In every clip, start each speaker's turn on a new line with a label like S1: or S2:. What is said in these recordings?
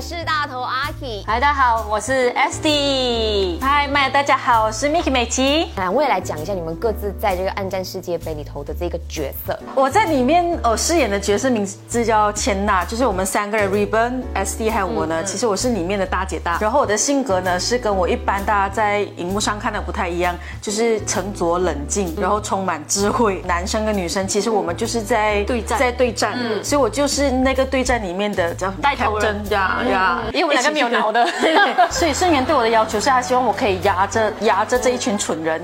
S1: 是大头阿 K。
S2: 嗨，大家好，我是 SD。嗨，麦，大家好，我是 Miki 美琪。
S1: 两位来讲一下你们各自在这个暗战世界杯里头的这个角色。
S2: 我在里面呃饰演的角色名字叫千娜，就是我们三个人 Ribbon、SD 还有我
S3: 嗯
S2: 呢。其实我是里面的大姐大，然后我的性格呢是跟我一般大家在荧幕上看的不太一样，就是沉着冷静，
S3: 嗯
S2: 然后充满智慧。男生跟女生其实我们就是在
S3: 对战
S2: 在对战，所以我就是那个对战里面的啊叫
S3: 嗯带头人嗯
S2: 呀呀，
S3: 因为我们两个没有脑的
S2: 对对对所以盛元对我的要求是他希望我可以压着压着这一群蠢人。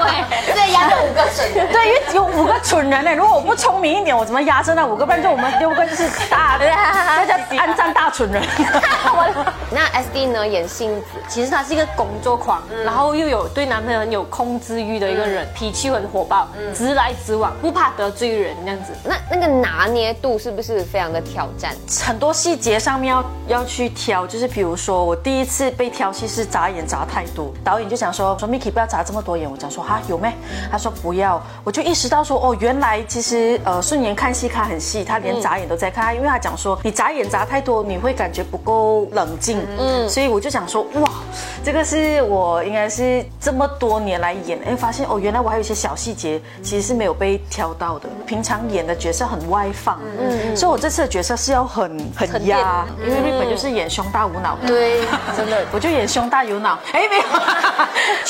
S1: 对，这压着五个水。
S2: 对，因为有五个蠢人欸呢，如果我不聪明一点，我怎么压着那五个？不然就我们六个就是大， 大家安葬大蠢 人。 嗯
S1: 那 SD 呢演杏子，
S3: 其实他是一个工作狂，然后又有对男朋友很有控制欲的一个人，脾气很火爆，直来直往，不怕得罪人这样子。
S1: 那那个拿捏度是不是非常的挑战？
S2: 很多细节上面要要去挑，就是比如说我第一次被挑戏是眨眼眨太多，导演就想说哦说 Miki 不要眨这么多眼，我讲说哈有没？他说不要，我就意识到说哦，原来其实呃顺延看戏看很细，他连眨眼都在看，他因为他讲说你眨眼眨太多，你会感觉不够冷静，嗯，所以我就想说哇，这个是我应该是这么多年来演，哎发现哦原来我还有一些小细节其实是没有被挑到的，平常演的角色很外放，嗯，所以我这次的角色是要很很压，因为日本就是演胸大无脑的，
S1: 对，
S2: 真的，我就演胸大有脑，哎 没有，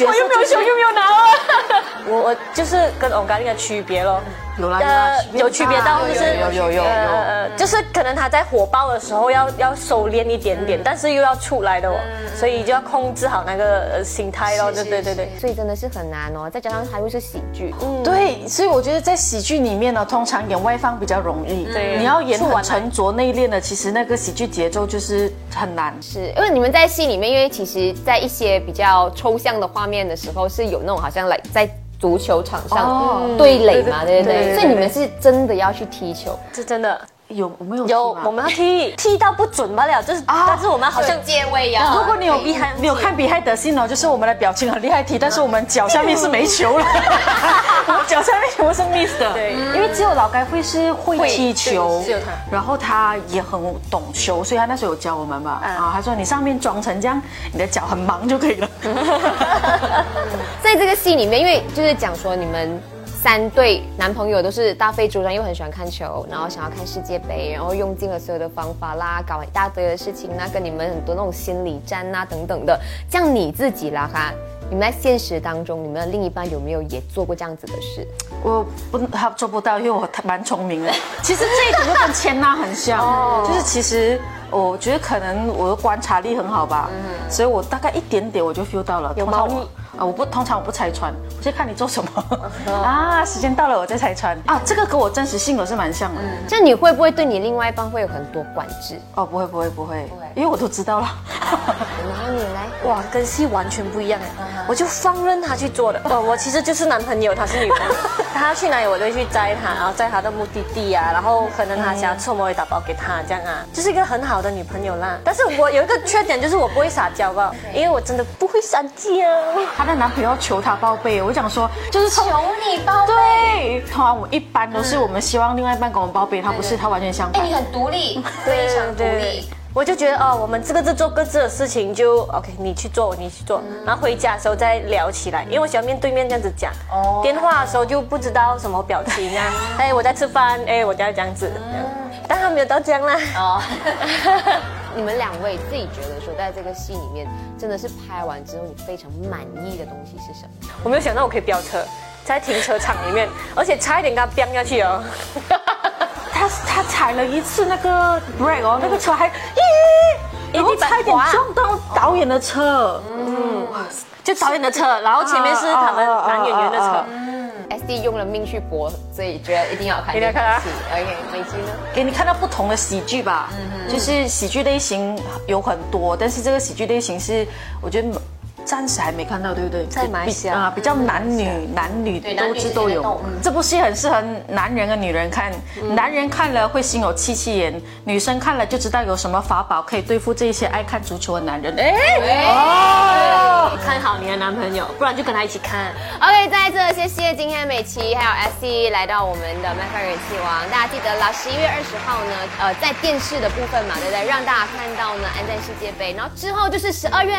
S3: 我又没有胸，又没有脑啊！
S4: 我我就是跟 o n g a r i 的区别咯，
S2: 有啦有啦，
S4: 有区别到就是
S2: 呃有有有嗯有有。
S4: 呃，就是可能他在火爆的时候要要收敛一点点，但是又要出来的哦，所以就要控制好那个呃心态咯，对对对对。
S1: 所以真的是很难哦。再加上还会是喜剧，
S2: 对，所以我觉得在喜剧里面呢，通常演外放比较容易，
S4: 对
S2: 你要演很沉着内敛的，其实那个喜剧节奏就是很难。
S1: 是因为你们在戏里面，因为其实，在一些比较抽象的画面的时候，是有那种好像来在足球场
S2: 哦
S1: 上对垒嘛，对不
S2: 对对
S1: 对？
S2: 对
S1: 所以你们是真的要去踢球，
S4: 是真的
S2: 有我们有
S4: 有，
S2: 戏吗
S4: 我们要踢踢到不准罢了，就是，但是我们好像
S1: 借位
S4: 嗯
S1: 呀
S2: 如果你有比
S4: 对
S2: 你有看比海德信哦，就是我们的表情很厉害踢，但是我们脚下面是没球 了，我们脚下面球是 miss 的。
S4: 对嗯
S2: 因为只有老该会是会踢球
S4: 对只有他，
S2: 然后他也很懂球，所以他那时候有教我们吧。
S4: 嗯
S2: 啊，他说你上面装成这样，你的脚很忙就可以了。
S1: 在这个戏里面，因为就是讲说你们三对男朋友都是大费周章，又很喜欢看球，然后想要看世界杯，然后用尽了所有的方法啦，搞一大堆的事情啦，跟你们很多那种心理战啊等等的。这样你自己啦哈，你们在现实当中，你们的另一半有没有也做过这样子的事？
S2: 我不，他做不到，因为我蛮聪明 的。其实这一点就跟千娜很像，就是其实我觉得可能我的观察力很好吧，所以我大概一点点我就 feel 到了。嗯有
S1: 猫腻
S2: 啊，我不通常我不拆穿，我就看你做什么 啊，时间到了我再拆穿啊，这个跟我真实性格是蛮像的。
S1: 这样你会不会对你另外一半会有很多管制？
S2: 哦，不会不会不会，因为我都知 道了。
S1: 然后
S4: 嗯
S1: 你来，
S4: 哇，跟戏完全不一样哎，我就放任他去做的。哦我我其实就是男朋友，他是女朋友，他要去哪里我都会去载他，然后载他到目的地啊，然后可能他想要吃什么我也打包给他这样啊，就是一个很好的女朋友啦。但是我有一个缺点就是我不会撒娇吧，因为我真的不会撒娇。
S2: 她的男朋友求她报备，我讲说就是啊嗯求你报备。对，通常我一般都是我们希望另外一半跟我们报备，他不是他完全相反。
S1: 哎很独立，
S4: 对对，我就觉得哦，我们这个在做各自的事情就 OK，你去做，你去做，
S3: 嗯
S4: 然后回家的时候再聊起来，因为我喜欢面对面这样子讲。哦，电话的时候就不知道什么表情 啊，哎，我在吃饭，哎，我在这样子，这样
S3: 嗯
S4: 但他没有到这样啦。
S1: 哦， 你们两位自己觉得说，在这个戏里面，真的是拍完之后你非常满意的东西是什么？
S4: 我没有想到我可以飙车，在停车场里面，而且差一点给他飙下去 哦。
S2: 他他踩了一次那个 brake 哦，那个车还咦，然后差一点撞到导演的车，
S4: 就导演的车，然后前面是他们男演员的
S2: 啊啊啊
S4: 车
S2: 啊。
S1: 嗯 S D 用了命去搏，所以觉得一定要看
S4: 一
S1: 这
S4: 定
S1: 个
S4: 要看啊
S1: 戏。OK，美姬呢？
S2: 给你看到不同的喜剧吧，
S1: 嗯
S2: 就是喜剧类型有很多，但是这个喜剧类型是我觉得暂时还没看到，对不对？
S1: 在马来西亚
S2: 比啊，比较男女男女都知都有。
S1: 嗯
S2: 这部戏很适合男人跟女人看，男人看了会心有戚戚焉，女生看了就知道有什么法宝可以对付这些爱看足球的男人。哎，哦，
S3: 看好你的男朋友，不然就跟他一起看。
S1: OK，在这谢谢今天美琪还有 SC 来到我们的麦饭人气王，大家记得啦，十一月二十号呢，呃，在电视的部分嘛，对不对？让大家看到呢安赞世界杯，然后之后就是十二月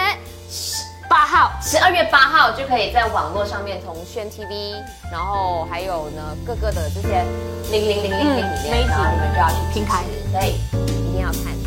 S1: 八号，十二月八号就可以在网络上面从炫 TV，然后还有呢各个的这些零零零零零里面，然后你们就要去平台，对，一定要看。